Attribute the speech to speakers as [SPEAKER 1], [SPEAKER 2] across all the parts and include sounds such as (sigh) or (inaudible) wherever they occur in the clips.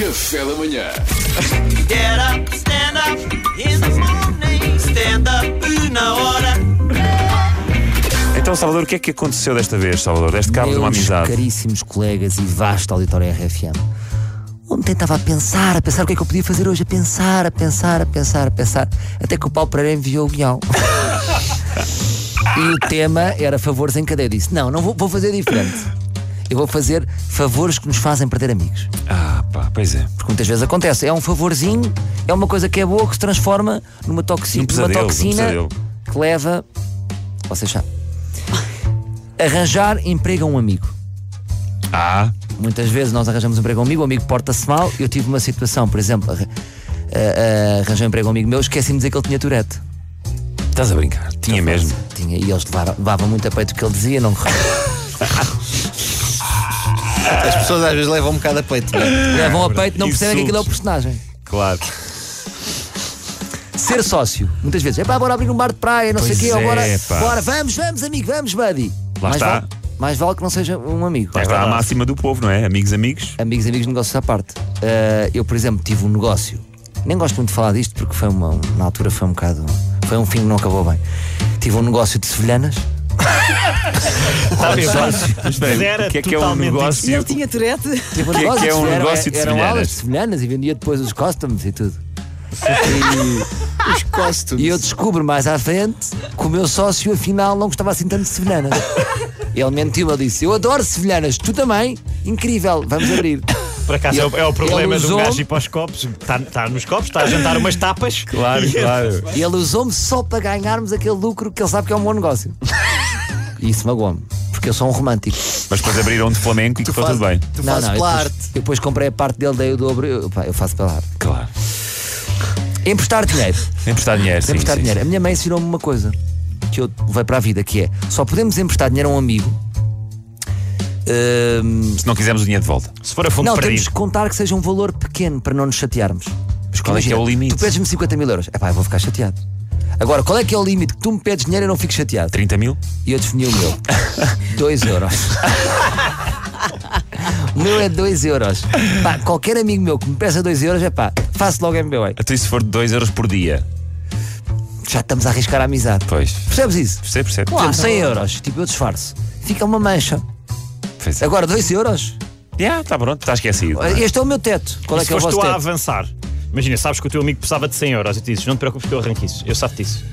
[SPEAKER 1] Café da manhã.
[SPEAKER 2] Get up, stand up in the morning. Stand up na hora.
[SPEAKER 3] Então, Salvador, o que é que aconteceu desta vez, Salvador? Deste cabo de uma
[SPEAKER 4] Meus
[SPEAKER 3] amizade.
[SPEAKER 4] caríssimos colegas e vasto auditório RFM. Ontem estava a pensar, a pensar o que é que eu podia fazer hoje, a pensar, a pensar, a pensar, a pensar, até que o Paulo Pereira enviou o guião. e o tema era favores em cadeia. Eu disse: Não, não vou, vou fazer diferente. Eu vou fazer favores que nos fazem perder amigos.
[SPEAKER 3] Ah, pá, pois é.
[SPEAKER 4] Porque muitas vezes acontece. É um favorzinho, é uma coisa que é boa que se transforma numa, toxi
[SPEAKER 3] Num Um pesadelo,
[SPEAKER 4] numa
[SPEAKER 3] num
[SPEAKER 4] toxina
[SPEAKER 3] pesadelo.
[SPEAKER 4] que leva. Vocês sabem. Arranjar emprego a um amigo.
[SPEAKER 3] Ah,
[SPEAKER 4] Muitas vezes nós arranjamos um emprego a um amigo, o amigo porta-se mal. Eu tive uma situação, por exemplo, arra- ah, ah, arranjei um emprego a um amigo meu, esqueci-me de dizer que ele tinha Tourette.
[SPEAKER 3] estás a brincar. tá Tinha mesmo.
[SPEAKER 4] Tinha, e eles levaram, levavam muito a peito o que ele dizia, não
[SPEAKER 5] (laughs) As pessoas às vezes levam um bocado a peito. não é?
[SPEAKER 4] levam a peito, não percebem que aquilo é o
[SPEAKER 3] Insultos.
[SPEAKER 4] personagem.
[SPEAKER 3] Claro. É
[SPEAKER 4] Ser sócio, muitas vezes, é pá, bora abrir um bar de praia, não
[SPEAKER 3] Pois
[SPEAKER 4] sei o
[SPEAKER 3] é,
[SPEAKER 4] quê, ou bora,
[SPEAKER 3] pá.
[SPEAKER 4] bora, vamos, vamos, amigo, vamos, buddy.
[SPEAKER 3] Lá
[SPEAKER 4] mais
[SPEAKER 3] está.
[SPEAKER 4] Vale, mais vale que não seja um amigo.
[SPEAKER 3] Lá está a máxima do povo, não é? Amigos, amigos.
[SPEAKER 4] Amigos, amigos, negócios à parte. Ah, eu, por exemplo, tive um negócio. Nem gosto muito de falar disto porque foi uma. Na altura foi um bocado. Foi um fim que não acabou bem. Tive um negócio
[SPEAKER 3] (laughs)
[SPEAKER 4] de sevilhanas.
[SPEAKER 3] Tá Mas bem, o que é que é um negócio?
[SPEAKER 6] Ele tinha Tourette.
[SPEAKER 4] Tive um
[SPEAKER 3] Que é
[SPEAKER 4] negócio
[SPEAKER 3] que é um
[SPEAKER 4] era-
[SPEAKER 3] negócio de
[SPEAKER 4] eram
[SPEAKER 3] sevilhanas?
[SPEAKER 4] aulas de sevilhanas e vendia depois os costumes
[SPEAKER 3] (laughs)
[SPEAKER 4] e tudo. E,
[SPEAKER 5] Os costumes.
[SPEAKER 4] e eu descubro mais à frente que o meu sócio afinal não gostava assim tanto de sevilhanas.
[SPEAKER 3] (laughs)
[SPEAKER 4] Ele mentiu, ele disse: Eu adoro sevilhanas, tu também? Incrível, vamos abrir.
[SPEAKER 7] Por acaso é o- é o problema
[SPEAKER 4] ele
[SPEAKER 7] do gajo
[SPEAKER 4] usou-
[SPEAKER 7] ir para os copos, está nos copos, está a jantar umas tapas.
[SPEAKER 3] Claro,
[SPEAKER 7] E-
[SPEAKER 3] claro.
[SPEAKER 4] E ele usou-me só para ganharmos aquele lucro que ele sabe que é um bom negócio. E isso magoou-me, porque eu sou um romântico.
[SPEAKER 3] Mas depois abriram de Flamengo e ficou tudo bem.
[SPEAKER 5] Tu fazes
[SPEAKER 4] eu
[SPEAKER 5] pela
[SPEAKER 4] depois,
[SPEAKER 5] arte.
[SPEAKER 4] eu depois comprei a parte dele, dei o dobro, eu, pá, eu faço pela arte.
[SPEAKER 3] Claro.
[SPEAKER 4] Emprestar dinheiro.
[SPEAKER 3] Emprestar dinheiro, (laughs) sim.
[SPEAKER 4] emprestar
[SPEAKER 3] sim,
[SPEAKER 4] dinheiro. A minha mãe ensinou-me uma coisa que eu levei para a vida, que é só podemos emprestar dinheiro a um amigo. Ahm,
[SPEAKER 3] sim. Se não quisermos o dinheiro de volta.
[SPEAKER 7] Se for a fundo
[SPEAKER 4] não, temos
[SPEAKER 7] perdido.
[SPEAKER 4] que contar que seja um valor pequeno para não nos chatearmos. Mas
[SPEAKER 3] qual é que é o limite?
[SPEAKER 4] Tu pedes-me 50 mil euros. É pá, eu vou ficar chateado. Agora, qual é que é o limite que tu me pedes dinheiro e eu não fico chateado?
[SPEAKER 3] 30 mil?
[SPEAKER 4] E eu defini o meu. (laughs) 2 euros. (laughs) o meu é 2 euros. Pá, qualquer amigo meu que me peça 2 euros, é pá, faço logo MBA.
[SPEAKER 3] Até Então, se for 2 euros por dia.
[SPEAKER 4] Já estamos a arriscar a amizade.
[SPEAKER 3] Pois.
[SPEAKER 4] Percebes isso?
[SPEAKER 3] Percebe, percebe.
[SPEAKER 4] Por exemplo, 100 euros, tipo eu disfarço. Fica uma mancha.
[SPEAKER 3] Pois é.
[SPEAKER 4] Agora, 2 euros?
[SPEAKER 3] Já, está pronto, está esquecido.
[SPEAKER 4] Este é o meu teto. Qual
[SPEAKER 7] E
[SPEAKER 4] é
[SPEAKER 7] se
[SPEAKER 4] que é o
[SPEAKER 7] fores
[SPEAKER 4] vosso
[SPEAKER 7] tu a
[SPEAKER 4] teto?
[SPEAKER 7] avançar, imagina, sabes que o teu amigo precisava de 100 euros e tu dizes, não te preocupes que eu arranco isso, eu safo disso.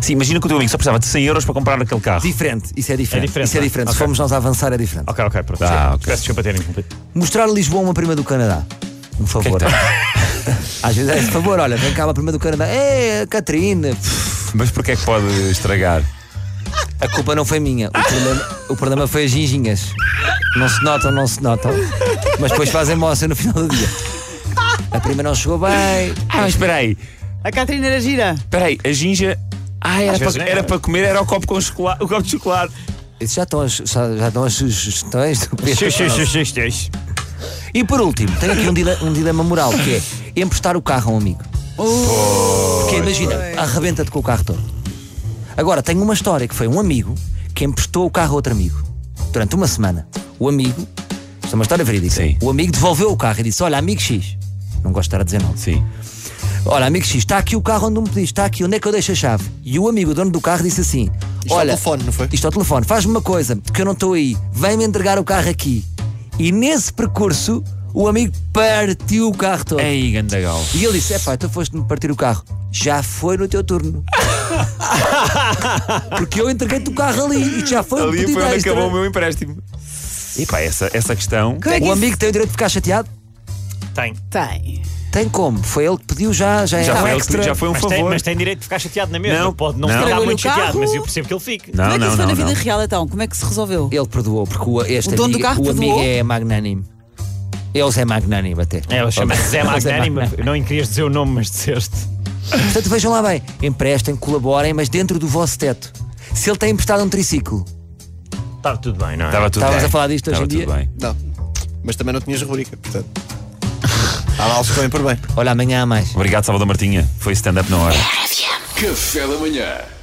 [SPEAKER 3] Sim, imagina que o teu amigo só precisava de 100 euros para comprar aquele carro.
[SPEAKER 4] Diferente, isso é diferente.
[SPEAKER 7] É diferente,
[SPEAKER 4] isso é
[SPEAKER 7] não é?
[SPEAKER 4] diferente. Se
[SPEAKER 7] Ok.
[SPEAKER 4] formos nós a avançar, é diferente.
[SPEAKER 7] Ok, ok, pronto.
[SPEAKER 3] Ah, ok.
[SPEAKER 7] Peço desculpa terem cumprido.
[SPEAKER 4] Mostrar Lisboa a uma prima do Canadá. Um favor.
[SPEAKER 7] então.
[SPEAKER 4] (laughs) Às vezes é esse favor, olha, vem cá uma prima do Canadá. É, Catarina.
[SPEAKER 3] Mas porquê é que pode estragar?
[SPEAKER 4] A culpa não foi minha. O problema, o problema foi as ginginhas. Não se notam, não se notam. Mas depois fazem moça no final do dia. A prima não chegou bem.
[SPEAKER 3] Ah, mas espera aí,
[SPEAKER 6] A Catarina era gira.
[SPEAKER 3] espera aí, a ginja. Ah, era,
[SPEAKER 7] Às
[SPEAKER 3] para,
[SPEAKER 7] vezes nem
[SPEAKER 3] era
[SPEAKER 7] é.
[SPEAKER 3] para comer, era o copo com chocolate. O copo de chocolate.
[SPEAKER 4] Isso já estão as, já, já estão as sugestões do
[SPEAKER 7] (laughs)
[SPEAKER 4] Pedro.
[SPEAKER 7] Xux, xux, xux, xux.
[SPEAKER 4] E por último, tenho aqui um dile- um dilema, moral que é emprestar o carro a um amigo. Porque imagina, arrebenta-te com o carro todo. Agora, tenho uma história que foi um amigo que emprestou o carro a outro amigo durante uma semana. O amigo, isto é uma história verídica,
[SPEAKER 3] Sim.
[SPEAKER 4] o amigo devolveu o carro e disse: Olha, amigo X, não gosto de estar a dizer não.
[SPEAKER 3] Sim.
[SPEAKER 4] Olha, amigo X, está aqui o carro onde me pediste, está aqui, onde é que eu deixo a chave? E o amigo, o dono do carro, disse assim:
[SPEAKER 3] é
[SPEAKER 5] Isto ao
[SPEAKER 4] Olha,
[SPEAKER 5] telefone, não foi?
[SPEAKER 4] Isto ao telefone, faz-me uma coisa, que eu não estou aí, vem-me entregar o carro aqui. E nesse percurso, o amigo partiu o carro todo.
[SPEAKER 3] Ei, Gandagal.
[SPEAKER 4] E ele disse: Epá, tu foste-me partir o carro. Já foi no teu
[SPEAKER 3] (laughs)
[SPEAKER 4] turno. Porque eu entreguei-te o carro ali. Isto já foi um
[SPEAKER 3] Ali
[SPEAKER 4] pedido
[SPEAKER 3] foi onde
[SPEAKER 4] extra.
[SPEAKER 3] acabou o meu empréstimo. E pá, essa, essa questão.
[SPEAKER 6] Como é que
[SPEAKER 4] O
[SPEAKER 6] isso
[SPEAKER 4] amigo tem o direito de ficar chateado?
[SPEAKER 7] Tem.
[SPEAKER 6] tem?
[SPEAKER 4] Tem como? Foi ele que pediu, já, já,
[SPEAKER 3] Já
[SPEAKER 4] era
[SPEAKER 3] foi, ele que-
[SPEAKER 4] extra.
[SPEAKER 3] já foi um
[SPEAKER 7] mas,
[SPEAKER 3] favor.
[SPEAKER 7] tem, mas tem direito de ficar chateado na mesma.
[SPEAKER 3] Não,
[SPEAKER 7] pode não,
[SPEAKER 3] não.
[SPEAKER 7] ficar
[SPEAKER 6] Estragou-lhe
[SPEAKER 7] muito
[SPEAKER 6] o carro.
[SPEAKER 7] chateado, mas eu percebo que ele fique.
[SPEAKER 3] Não,
[SPEAKER 6] Como é que
[SPEAKER 3] não,
[SPEAKER 6] isso foi
[SPEAKER 3] não.
[SPEAKER 6] na vida
[SPEAKER 3] não.
[SPEAKER 6] real então? Como é que se resolveu?
[SPEAKER 4] Ele perdoou, porque o, este
[SPEAKER 6] O dono do
[SPEAKER 4] amigo,
[SPEAKER 6] carro
[SPEAKER 4] o amigo
[SPEAKER 6] perdoou?
[SPEAKER 4] é magnânimo. Eles é magnânimo até.
[SPEAKER 7] É, eu chamo Zé Magnânimo.
[SPEAKER 4] Magnânimo.
[SPEAKER 7] Não querias dizer o nome, mas disseste.
[SPEAKER 4] Portanto, vejam lá bem. Emprestem, colaborem, mas dentro do vosso teto. Se ele tem emprestado um triciclo,
[SPEAKER 7] Estava tudo bem, não é?
[SPEAKER 3] Estava tudo
[SPEAKER 4] Estávamos
[SPEAKER 3] bem.
[SPEAKER 4] a falar disto hoje em
[SPEAKER 3] Estava tudo
[SPEAKER 4] dia?
[SPEAKER 3] bem.
[SPEAKER 5] Não. Mas também não tinhas rubrica, portanto. Há lá eles que vêm por bem.
[SPEAKER 4] olha, amanhã há mais.
[SPEAKER 3] Obrigado, Salvador Martinha. Foi stand-up na hora.
[SPEAKER 1] Café da manhã.